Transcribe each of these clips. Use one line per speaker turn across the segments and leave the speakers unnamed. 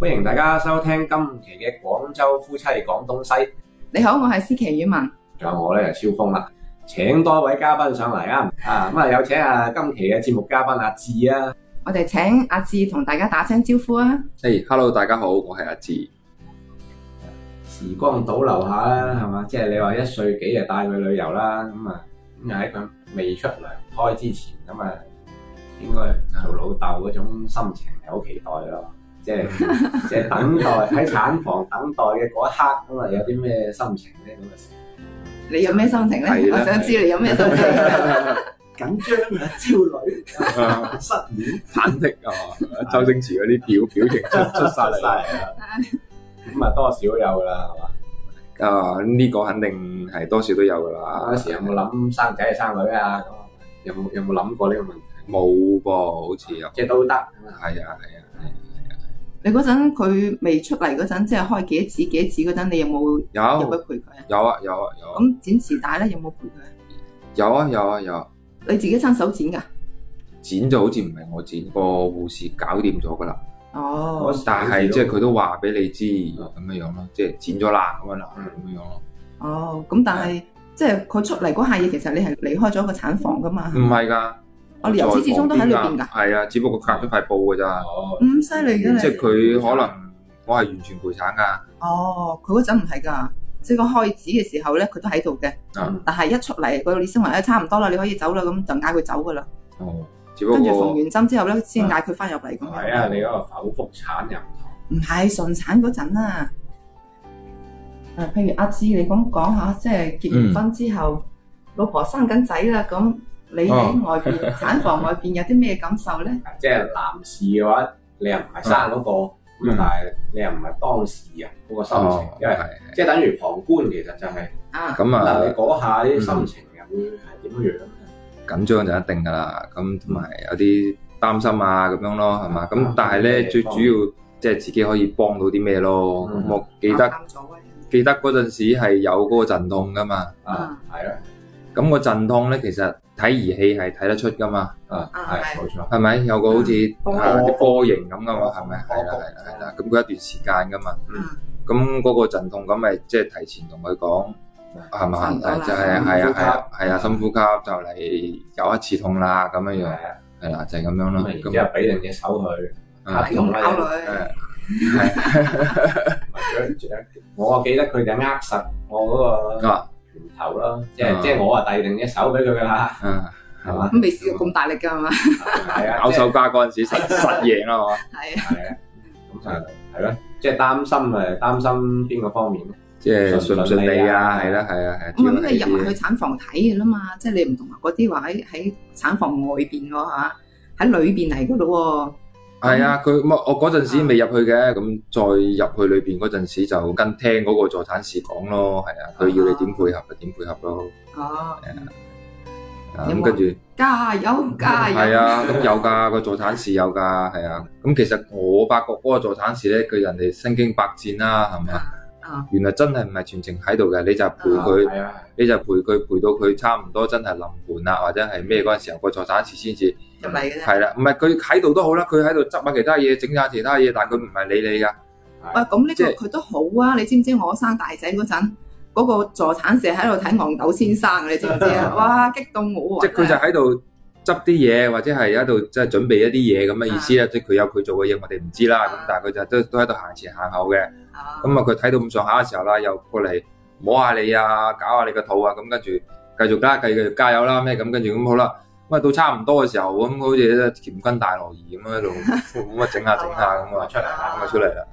歡迎大家收聽今期嘅廣州夫妻講東西，
你好，我係思琪宇文。
仲有我咧就超峰啦，請多位嘉賓上嚟啊！啊咁啊有請啊今期嘅節目嘉賓阿志啊，
我哋請阿志同大家打聲招呼啊！
誒、h e l l o 大家好，我係阿 志。
時光倒流下啦，係嘛？即係你話一歲幾就帶佢旅遊啦，咁啊咁又喺佢未出娘胎之前咁啊，應該做老豆嗰種心情係好期待咯。即 係即係等待喺產房等待嘅嗰一刻，咁啊有啲咩心情咧？咁啊
你有咩心情呢？
係啦
我想知你有咩心情。
緊張啊，焦 慮、
啊
失戀
忐忑啊，周星馳嗰啲表表情出出
晒
晒嚟啦。
啦，咁啊多少有噶啦，係嘛？
啊，呢、個肯定係多少都有噶啦。
嗰時啊有冇諗生仔定生女啊？咁啊有冇有冇諗過呢個問題？
冇噃？好似又
即係都得咁啊！
係啊係啊係啊
你嗰陣佢未出嚟嗰陣，即係開幾指幾指嗰陣，你有冇入
有
去陪佢啊？
有啊有啊有啊
咁剪臍帶咧，有冇陪佢啊？
有啊有啊有啊
你自己親手剪㗎？
剪就好似唔係我剪，個護士搞掂咗噶啦。
哦，
但係即係佢都話俾你知咁樣樣咯，即係剪咗啦咁樣啦
啊嗯
咁樣樣咯。
哦，咁但係即係佢出嚟嗰下嘢，其實你係離開咗個產房㗎嘛
唔？係㗎，
我哦哋由始至終都喺裏邊㗎
㗎。係啊，只不過隔咗塊布㗎咋。
哦，
咁犀利嘅你
即係佢可能我係完全陪產㗎。
哦，佢嗰陣唔係㗎，即係個開指嘅時候咧，佢都喺度嘅。
啊
但係一出嚟，個醫生話：，誒，哎差唔多啦，你可以走啦，咁就嗌佢走㗎啦。
哦，只不
跟住縫
過
完針之後咧，先嗌佢翻入嚟咁樣。
係啊！你嗰個剖腹產又唔同，
唔係順產嗰陣啊。誒，譬如阿志，你咁講下，即係結完婚之後，老婆生緊仔啦，咁你喺 外邊、產房外邊有啲咩感受咧？
即係男士嘅話，你又唔係生嗰個，咁
嗯
但係你又唔係當事人嗰個心情
哦，，
因為
係
即係等於旁觀，其實就係
啊，
咁
嗱，
啊
你嗰下啲心情又會係點樣樣？
緊張就一定㗎啦，咁同埋有啲擔心啊咁樣咯，係嘛？
啊
咁但係
幫
咧最
幫
主要即係自己可以幫到啲咩咯。
嗯
咁我記得
啱咗位
記得嗰陣時係有嗰個陣痛㗎嘛，
啊，係咯，
咁個陣痛咧其實睇儀器係睇得出㗎嘛，
啊，係冇錯，
係咪有個好似
嗯
哦
啊啲波形咁㗎嘛，係咪？
波
係啦
波
係啦係啦，咁佢一段時間㗎嘛。
嗯，
咁嗰個陣痛咁咪即係提前同佢講係嘛
差唔多啦，
就係係
深
啊
呼吸
係啊係啊，深呼吸就嚟有一次痛啦咁樣
係
樣，
啊，
係啦就係咁樣
咁
啦
啊，然之
咁
後俾定隻手佢，
啊
係咁考慮。
誒
我記得佢就握呃實我嗰個
啊
拳頭咯，即係即係我啊遞定隻手俾佢噶啦，
啊
係嘛？
咁未試過咁大力㗎係嘛？
係啊，
搞手瓜嗰陣時實實贏啦係
係
嘛，
啊，
係啊，咁啊係咯，即係擔心誒擔心邊個方面咧？
即係順唔順利啊係啦係啊係啊，主
咁
要
咁你入埋
係
去
呢
產房睇㗎啦嘛，即係你唔同嗰啲話喺喺產房外邊喎嚇，喺裏邊嚟㗎咯
啲係啊佢咁啊我嗰陣時未入去嘅，咁再入去裏邊嗰陣時就跟聽嗰個助產士講咯，係啊佢要你點配合就點配合咯，
喎。哦，
啊
有
咁
冇
跟住。
加油加油！
係啊，咁有㗎，個助產士有㗎，係啊。咁其實我發覺嗰個助產士咧，佢人哋身經百戰啦，係咪？
啊
原來真係唔係全程喺度嘅，你就陪佢，
係啊，
你就陪佢陪到佢差唔多真係臨盆啦，或者係咩嗰陣時候，個助產士先至
入嚟嘅啫。
係啦。唔係佢喺度都好啦，佢喺度執下其他嘢，整下其他嘢，但係佢唔係理你㗎。
喂，咁呢
即
個
係
佢都好啊！你知唔知我生大仔嗰陣，嗰、個助產士喺度睇憨豆先生，你知唔知啊？哇，激到我
即
啊！
係佢就喺度執啲嘢，或者係喺度即係準備一啲嘢咁嘅意思啦。即係佢有佢做嘅嘢，我哋唔知啦。咁但係佢就都都喺度行前行後嘅。
啊
咁啊，佢睇到咁上下嘅時候啦，又過嚟摸下你啊，搞下你個肚啊，咁跟住繼續啦，繼續加油啦，咩咁跟住咁好啦。咁啊，到差唔多嘅時候，咁好似乾坤大挪移咁喺度，咁啊整下整下咁
咁啊
啊，
出嚟啦
咁。啊出嚟啦。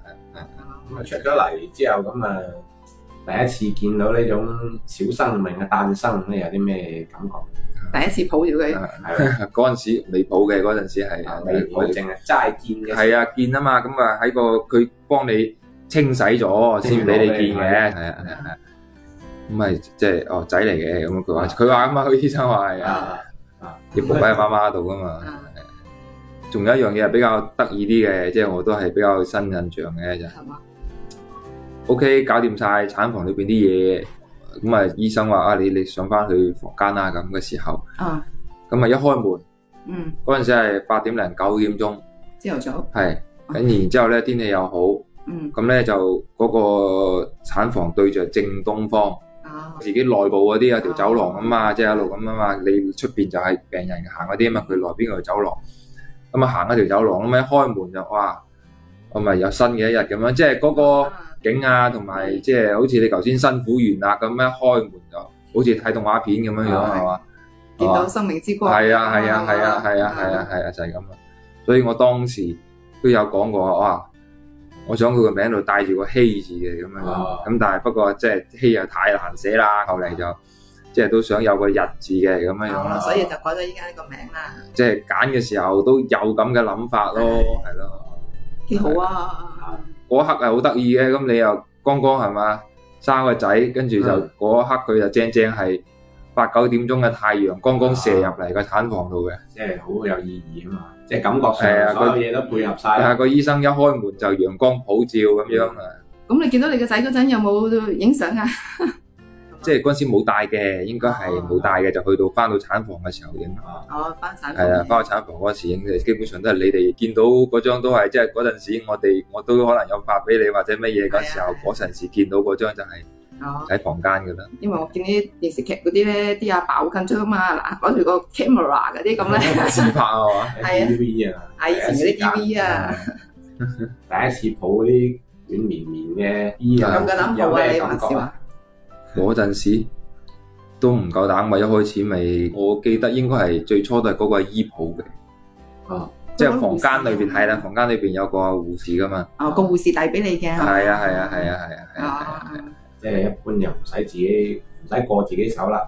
咁啊出咗嚟之後，咁啊第一次見到呢種小生命嘅誕生，你有啲咩感覺？
第一次抱住佢，
係
嗰陣時未抱嘅，嗰陣時係
啊，未我淨係齋見嘅，
係啊見啊嘛，咁啊喺個佢幫你清洗咗先俾你見嘅，係啊係啊係啊。咁咪即係哦仔嚟嘅，咁佢話佢話啊嘛，佢醫生話係啊。
啊啊，
要伏喺媽媽度噶嘛。仲有一樣嘢係比較得意啲嘅，即係我都係比較新印象嘅就係
係嘛？
，OK 搞掂晒產房裏邊啲嘢，咁啊醫生話啊你你上翻去房間啦咁嘅時候，
啊，
咁啊一開門
嗯，
嗰陣時係八點零九點鐘，
朝頭早，
係咁然之後咧天氣又好，
嗯，
咁咧就嗰個產房對象正東方，
啊，
自己內部嗰啲有條走廊啊嘛，即係一路咁啊嘛，你出邊就係病人行嗰啲啊嘛，佢內邊個走廊，咁啊行一條走廊咁啊一開門就哇，我咪有新嘅一日咁樣，即係嗰個
啊
景啊，同埋即係好似你頭先辛苦完啦咁，一開門就好似睇動畫片咁樣樣
啊
係嘛？
見到生命之光，
係啊係啊係啊係啊係啊係啊，就係咁啊！所以我當時都有講過哇，我想佢個名度帶住個希字嘅咁樣，
啊
咁但係不過即係希又太難寫啦，後嚟就即係都想有個日字嘅咁樣樣
啊
啦，
所以就改咗依家呢個名啦，
即係揀嘅時候都有咁嘅諗法咯，係咯。
幾好啊！
嗰刻係好得意嘅，咁你又剛剛係嘛生個仔，跟住就
嗯
嗰刻佢就正正係八九點鐘嘅太陽剛剛射入嚟個產房度嘅。
即係好有意義啊嘛，即係感覺
係啊
上所有嘢都配合晒
但係
啦，
個醫生一開門就陽光普照咁樣啊，
咁你見到你個仔嗰陣有冇影相啊？
即係嗰陣時冇帶嘅，應該係冇帶嘅，就去到翻到產房嘅時候影。
啊
哦，翻散
係啊，翻去產房嗰陣時影嘅，基本上都係你哋見到嗰張都係，即係嗰陣時我哋我都可能有發俾你或者乜嘢嗰時候
係啊
嗰陣時見到嗰張就係
哦，
喺房間㗎啦。
因為我見啲電視劇嗰啲咧，啲阿爸好緊張啊嘛，嗱攞住個 camera 嗰啲咁咧，
自拍啊嘛，
係啊
TVB 啊，
啊以前嗰啲 DV 啊。
第一次抱嗰啲軟綿綿嘅衣
有
啊
咁，嘅諗
有
好啊！
咩
你
感
話
覺
是
啊？
話
嗰陣時都唔夠膽，咪一開始咪我記得應該係最初都係嗰個醫保嘅，
哦，
即係房間裏邊
嗰個護士啊
係啦，房間裏邊有個護士㗎嘛。
哦，個護士遞俾你嘅
係啊係啊係啊係啊係啊！
啊，
即係一般又唔使自己唔使過自己手啦，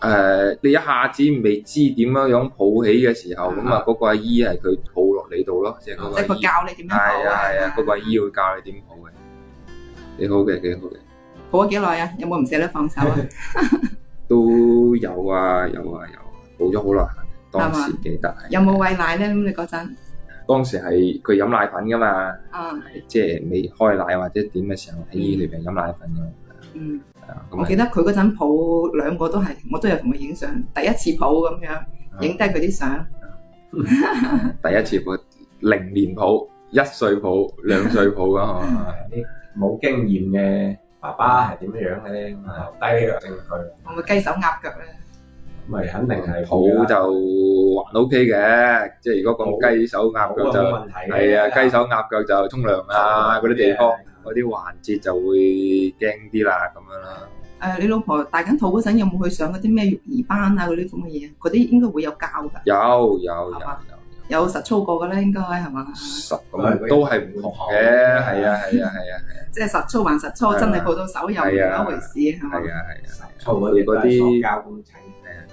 誒、呃你一下子未知點樣樣抱起嘅時候，咁啊嗰個阿姨係佢抱落你度咯，即係嗰
嗯即係
個
佢
阿姨。
教你點樣
係啊係啊，嗰個阿
個
姨會教你點抱嘅，幾好嘅幾好嘅，
抱咗幾耐啊？有冇唔捨得放手啊？
都有啊有啊有啊，抱咗好耐。當時記得係
有冇喂奶咧？咁你嗰陣
當時係佢飲奶粉噶嘛，
啊，
即係未開奶或者點嘅時候喺醫裏邊飲奶粉㗎
嗯，
嘛。咁
我
啊
記得佢嗰陣抱兩個都係，我都有同佢影相，第一次抱咁樣，影低佢啲相。
第一次抱零年抱、一歲抱、兩歲 抱㗎係嘛。
啲冇經驗嘅爸爸係點樣樣嘅咧，咁啊留低呢個證據，
會唔會雞手鴨腳咧？
咁咪肯定係
抱啊就還 O K 嘅，即係如果講雞手鴨腳
冇
就
冇問題嘅
係啊，雞手鴨腳就沖涼啊嗰啲地方嗰啲環節就會驚啲啦咁樣啦。
誒，呃你老婆大緊肚嗰陣有冇去上嗰啲咩育兒班啊？嗰啲咁嘅嘢，嗰啲應該會有教㗎，
有有有
係嘛
有
有實操過㗎啦，應該係嘛？
十咁都係唔同嘅，係啊係啊係啊
即係實操還實操，
係啊
真係抱到手又唔
係啊
係一回事，係嘛？
係啊係啊，
粗嗰啲嗰啲膠公仔，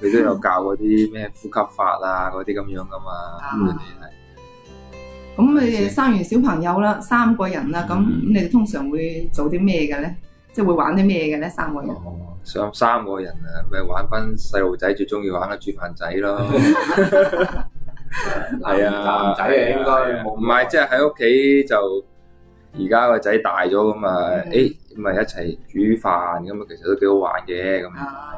佢都有教嗰啲咩呼吸法啊嗰啲咁樣噶嘛。
啊
嗯
咁你哋生完小朋友啦，三個人啦，咁
嗯
你哋通常會做啲咩嘅咧？即係會玩啲咩嘅咧？三個人
哦，上三個人啊，咪玩翻細路仔最中意玩嘅煮飯仔 咯。係啊，
男仔啊應該冇
唔係即係喺屋企就而家個仔大咗咁啊，
嗯
誒咪一齊煮飯咁啊，其實都幾好玩嘅咁。
啊，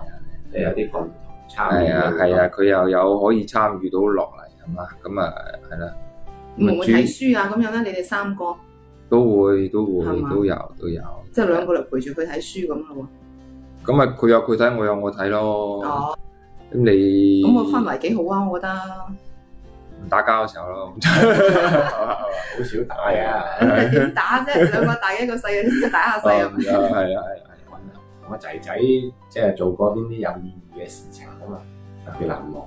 即係有啲共同參與
係
嘅
啊係啊，佢又有可以參與到落嚟係嘛，咁啊係啦，
會唔會
煮
睇書啊？咁樣咧，你哋三個
都會都會
係嘛
都有都有。
即係兩個嚟陪住佢睇書咁咯
咁啊，佢有佢睇，我有我睇
喎。
咯。
哦，
咁你
咁個氛圍幾好啊，我覺得。
唔打交嘅時 候咯， 係嘛
好少打啊嘅，
啊
咁你點打啫？兩個大一個細，一個打下細啊。
係啊係啊係啊。
我仔仔即係做過邊啲有意義嘅事情啊嘛，特別難忘。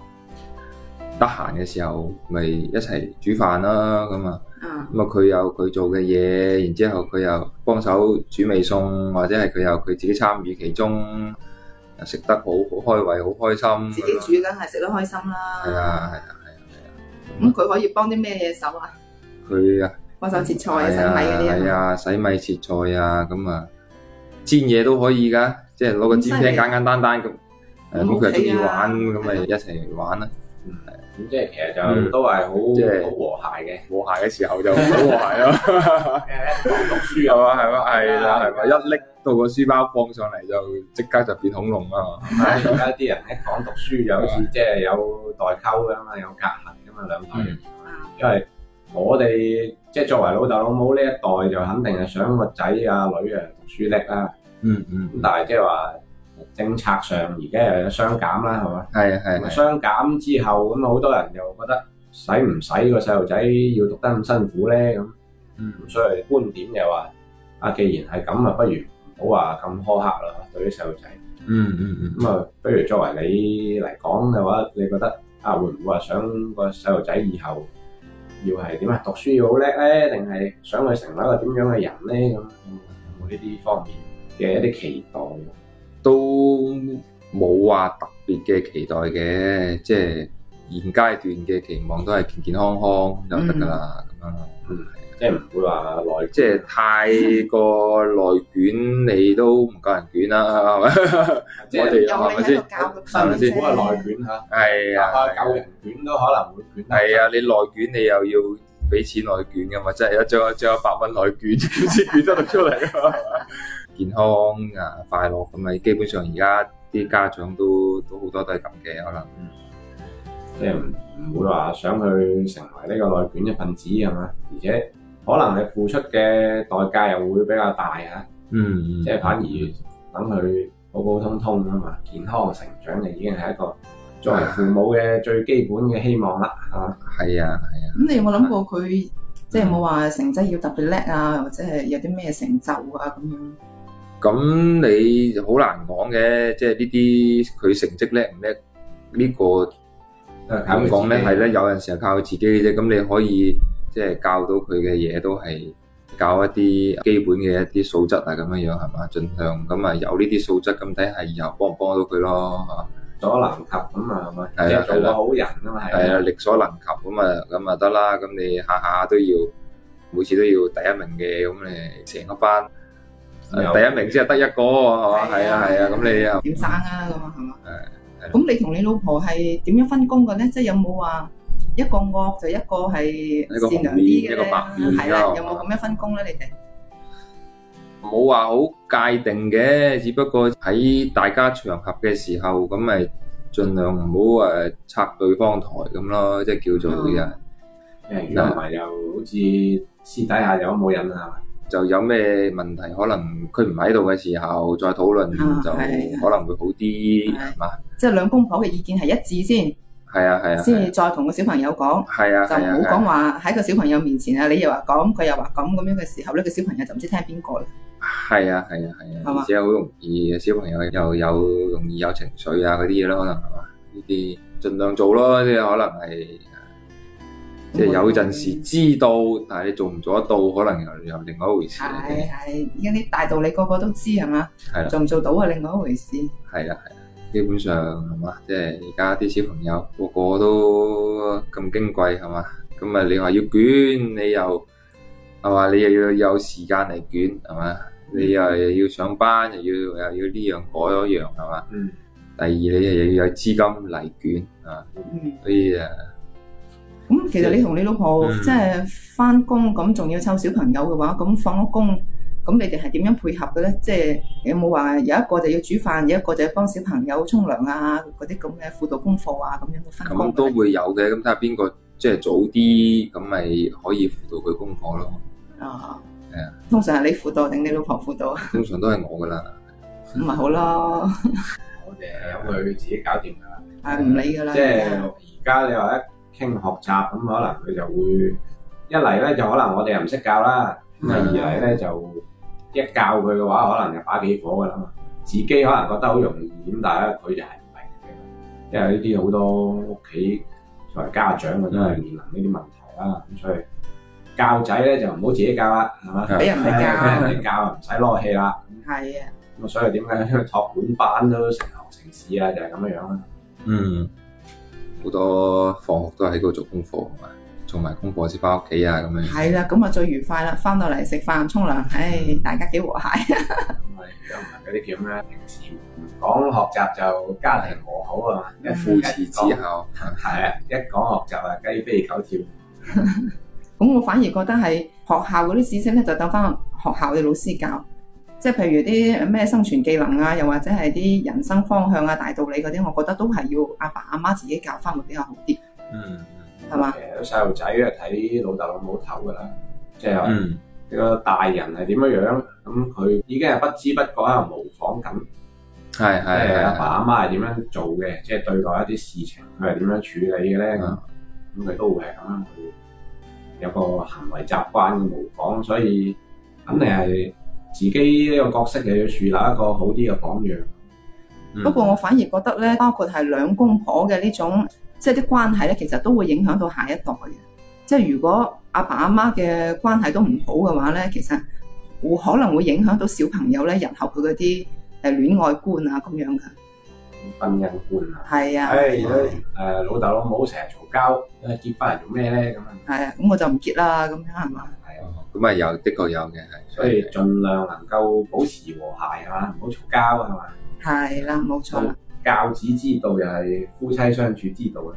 得閒嘅時候咪一齊煮飯啦，咁啊，
嗯
咁啊佢有佢做嘅嘢，然之後佢又幫手煮味餸，或者係佢又佢自己參與其中，又食得好好開胃，好開心。
自己煮梗係食得開心啦。
係啊係啊係啊，
咁佢可以幫啲咩嘢手啊？
佢啊
幫手切菜啊、洗
係
米嗰啲
係
啊。
啊，洗米切菜啊，咁啊煎嘢都可以㗎，即係攞個
咁
煎
犀利
餅簡簡單單咁。誒咁佢又中意
咁 OK 啊
玩，咁咪一齊玩啦。
咁即係其實
嗯
就都係好
即係
好和諧嘅，
冇鞋嘅時候就好鞋咯。
即係一講讀書啊
啊
又
係嘛係啊嘛係啦係嘛，一拎到個書包放上嚟就即刻就變恐龍啊啦。
而家啲人一講讀啊書就好似即係有代溝㗎嘛，有隔閡㗎嘛，兩代人，
嗯
因為我哋即係作為老豆老母呢一代，就肯定係想個仔啊女啊讀書叻啦。
嗯嗯，
咁但係即係話政策上而家又有雙減啦，係嘛？
係啊係
咁
啊，
雙減之後，咁好多人又覺得使唔使個細路仔要讀得咁辛苦咧？咁
嗯
咁所以觀點就話啊，既然係咁啊，不如唔好話咁苛刻啦，對啲細路仔。
嗯嗯嗯，
咁啊，不如作為你嚟講嘅話，你覺得啊，會唔會話想個細路仔以後要係點啊？讀書要好叻咧，定係想佢成為一個點樣嘅人咧？咁有冇呢啲方面嘅一啲期待？
都冇話特別嘅期待嘅，即係現階段嘅期望都係健健康康就得㗎啦，咁樣咯。
即係唔會話內
即係太過內卷，你都唔夠人卷啦， 係咪？
即係
我哋
有
係咪
你喺
先
度？教佢
係咪先？
啫
唔好話內卷嚇，
係
哪
啊
怕，九人卷都可能會卷得
係啊，你內卷你又要俾錢內卷㗎嘛，即係一張一張一百蚊內卷， 卷先卷得到出嚟㗎嘛。 健康啊，快樂咁咪基本上而家啲家長都都好多都係咁嘅，可能。
即係唔唔會話想去成為呢個內卷一份子係嘛？而且可能你付出嘅代價又會比較大嚇。
嗯，
即係反而等佢普普通通啊嘛，健康成長就已經係一個作為父母嘅最基本嘅希望啦，係嘛？
係啊，係啊，
咁你有冇諗過佢即係有冇話成績要特別叻啊，或者係有啲咩成就啊咁樣？
咁你好難講嘅，即係呢啲佢成績叻唔叻呢個
都係靠佢
啊咁
自己
講咧，係咧，有陣時係靠佢自己嘅啫。咁你可以即係教到佢嘅嘢都係教一啲基本嘅一啲素質啊，咁樣樣係嘛？盡量咁啊，有呢啲素質咁睇下以後幫唔幫到佢咯嚇。
所能及咁啊，係嘛？
係啊
即係做
係啦
個好人啊嘛，
係啊，
係啊，
力所能及咁啊，咁啊得啦。咁你下下都要，每次都要第一名嘅，咁你成個班
有
誒第一名先係得一個係嘛？係啊係啊，咁你啊
點生啊咁啊係嘛
係？
咁你同你老婆係點樣分工嘅咧？即係有冇話一個惡就一個係
一個紅
善良
面
啲嘅
一
咧？
個白面
係啦
啊，
有冇咁樣分工咧？你哋
冇話好界定嘅，只不過喺大家場合嘅時候，咁咪盡量唔好誒拆對方台咁咯，即係叫做
嗯
人
因為如果唔係又好似私底下有冇癮啊，
就有咩問題，可能佢唔喺度嘅時候再討論
啊
就
係
可能會好啲，
係啊
係嘛？
即係兩公婆嘅意見係一致先，
係啊係啊，
先至再同個小朋友講。
係啊
就
係啊
唔
係
好講
啊，
話喺個小朋友面前啊，你又話咁，佢又話咁咁樣嘅時候咧，個小朋友就唔知聽邊個啦。
係啊係啊係啊，
係嘛
而且好容易小朋友又有容易有情緒啊嗰啲嘢咯，可能係嘛？呢啲盡量做咯，即係可能係。即係有陣時知道，但係你做唔做得到，可能又又另外一回事嚟啊嘅
係係，而家啲大道理個個都知係嘛
係啦，
做唔做到啊，另外一回事。
係啦，係啦。基本上係嘛，即係而家啲小朋友個個都咁矜貴係嘛，咁啊你話要捲，你又係嘛，你又要有時間嚟捲係嘛，你又要上班，又要又要呢樣改嗰樣係嘛。
嗯。
第二你又要有資金嚟捲啊，
嗯，
所以誒
咁其實你同你老婆
嗯
即係翻工咁，仲要湊小朋友嘅話，咁放咗工，咁你哋係點樣配合嘅咧？即係有冇話有一個就要煮飯，有一個就要幫小朋友沖涼啊，嗰啲咁嘅輔導功課啊，咁樣嘅分工
咁都
嘅呢。
會有嘅，咁睇下邊個即係早啲，咁咪可以輔導佢功課咯。
啊
係啊，
通常係你輔導定你老婆輔導啊？
通常都係我噶啦，
咁咪好咯，
我哋由佢自己搞掂㗎啦。
係啊唔理㗎啦。
即係而家你話一傾學習咁，可能佢就會一嚟咧就可能我哋又唔識教啦。咁啊，二嚟咧就一教佢嘅話，可能就把幾火噶啦嘛。自己可能覺得好容易，咁但係咧佢就係唔明嘅，因為呢啲好多屋企作為家長嘅都係面臨呢啲問題啦。咁所以教仔咧就唔好自己教啦，係啊
啊
嘛？
俾人哋教
俾人哋教唔使攞氣啦。
係啊，
咁啊，所以點解托管班都成行成市啊？就係咁樣樣啦。
嗯，好多放學都喺嗰度做功課，係嘛做埋功課先翻屋企啊，咁樣。
係啦，咁啊最愉快啦，翻到嚟食飯沖涼，唉，
嗯
大家幾和諧。
咁啊，如果唔係嗰啲叫咩？平時唔講學習就家庭和好啊嘛。
有父慈子孝，
係啊，一講學習啊，雞飛狗跳。
咁我反而覺得係學校嗰啲知識咧，就等翻學校嘅老師教，即係譬如啲咩生存技能啊，又或者係啲人生方向啊、大道理嗰啲，我覺得都係要阿爸阿媽自己教翻會比較好啲。
嗯，嗯
係嘛？
其實啲細路仔啊睇老豆老母頭㗎啦，即係話
嗯
呢個大人係點樣樣，咁佢已經係不知不覺喺度模仿緊，
係
即係阿爸
係係，
阿媽係點樣做嘅，即係對待一啲事情佢係點樣處理嘅咧，咁
嗯
咁佢都會係咁樣去有個行為習慣嘅模仿，所以肯定係自己呢個角色又要樹立一個好啲嘅榜樣。
嗯
不過我反而覺得咧，包括係兩公婆嘅呢種，即係啲關係咧，其實都會影響到下一代嘅。即係如果阿爸阿媽嘅關係都唔好嘅話咧，其實會可能會影響到小朋友咧日後佢嗰啲誒戀愛觀啊咁樣嘅。
婚姻觀啊，
係
嗯
啊，
唉，如果誒老豆老母成日嘈交，咁啊結婚嚟做咩咧？咁啊，
係啊，咁我就唔結啦，咁樣係嘛？
係啊，
咁啊有的確有嘅，係
所以盡量能夠保持和諧啊，唔好嘈交啊，係嘛？
係啦，冇錯啦，
教子之道又係夫妻相處之道啦。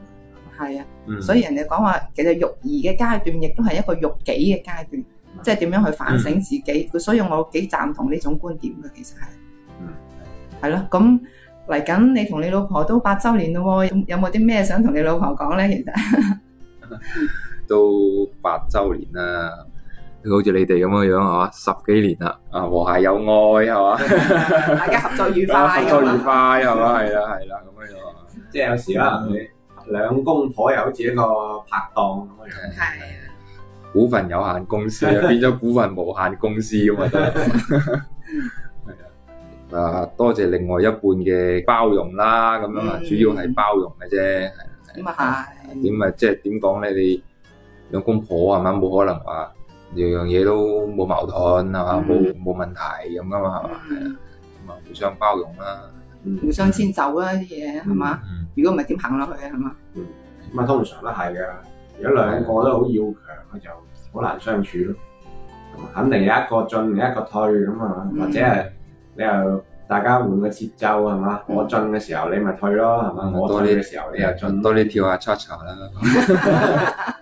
係啊。
嗯
所以人哋講話，其實育兒嘅階段亦都係一個育己嘅階段，
嗯
即係點樣去反省自己。所以我幾贊同呢種觀點嘅，其實係
嗯，
係咯。咁嚟緊你同你老婆都八週年咯喎，有有冇啲咩想同你老婆講咧？其 實
都八周年啦，好似你哋咁樣樣係嘛，十幾年啦，啊和諧有愛係 嘛。
大家合作愉快
啊合作
咁
愉
啊，
快係嘛？係啦係啦咁樣樣啊。
即係有時啦，佢兩公婆又好似一個拍檔咁樣。
係啊
股份有限公 司啊，變咗股份無限公司咁啊都係。 係啊，啊多謝另外一半嘅包容啦，咁樣啊，
嗯
主要係包容嘅啫。係啊係啊
咁啊係，
點啊，即係點講咧？你兩公婆啊係嘛，冇可能話樣樣嘢都冇矛盾係
嗯
嘛，冇冇問題咁噶嘛係嘛，係啊咁啊互相包容啦。
嗯互相遷就啊啲嘢係嘛？
嗯
嗯
如果唔係點行落去啊係嘛？
咁啊，通常都係㗎。如果兩個都好要強咧，就好難相處咯。咁啊肯定有一個進，有一個退咁啊，
嗯
或者係你又大家換個節奏係嘛？
嗯
我進嘅時候你咪退咯係嘛？
嗯
我
多
退
啲
嘅時候你又進咯。
多啲跳下 cha cha 啦。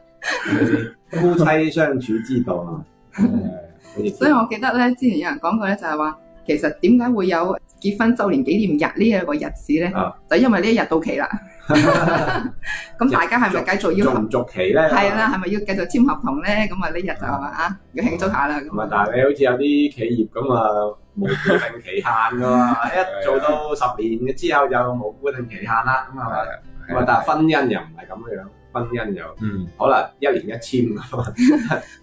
夫妻相處之道啊，
所以我記得咧，之前有人講過咧，就係話其實點解會有結婚周年紀念日呢一個日子咧？
啊
就因為呢一日到期 啦。咁大家係咪繼續要
續
合
唔續期咧？
係啦？係咪要繼續簽合同咧？咁啊呢日就係嘛啊，要慶祝下啦。
咁
咁
啊，但係你好似有啲企業咁啊，無固定期限㗎嘛，一做到十年嘅之後就冇固定期限啦，咁係咪？咁啊，但係婚姻又唔係咁樣，婚姻又
嗯，
可能一年一簽㗎嘛，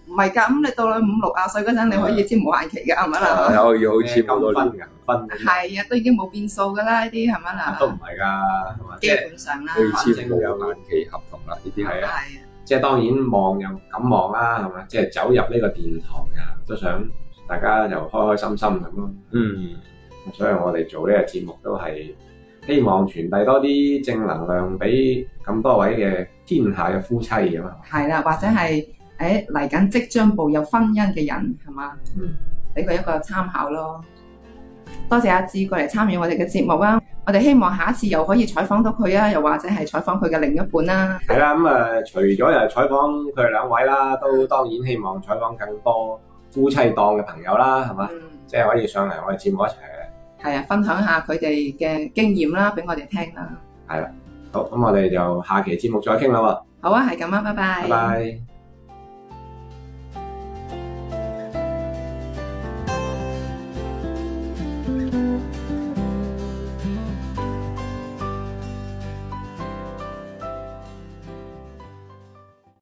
唔係㗎，咁你到咗五六啊歲嗰陣，你可以簽無限期㗎，係咪啦？
有啊要好似
咁
好多
分
年，
銀婚嗰啲
係啊，都已經冇變數㗎啦，呢啲係咪啦
嗯啊都？唔係㗎，係嘛？即
基
係
本上啦，
要
啊
簽無限期合同啦，呢啲係
係
係
啊，
啊，
即係當然望又唔敢望啦，係嘛？即係走入呢個殿堂㗎，都想大家就開開心心咁咯。
嗯
所以我哋做呢個節目都係希望傳遞多啲正能量俾咁多位嘅天下嘅夫妻咁啊！
係啦，或者係誒嚟緊即將步入婚姻嘅人係嘛
嗯？
俾佢一個參考咯。多謝阿志過嚟參與我哋嘅節目啊！我哋希望下一次又可以採訪到佢啊，又或者係採訪佢嘅另一半啦。
係啦，咁啊，除咗又採訪佢哋兩位啦，都當然希望採訪更多夫妻檔嘅朋友啦，係嘛？
嗯，
即係可以上嚟我哋節目一齊嘅。
係啊，分享下佢哋嘅經驗啦，俾我哋聽啦。
好，咁我哋就下期節目再傾啦喎，
好啊，係咁啊，拜拜
拜拜。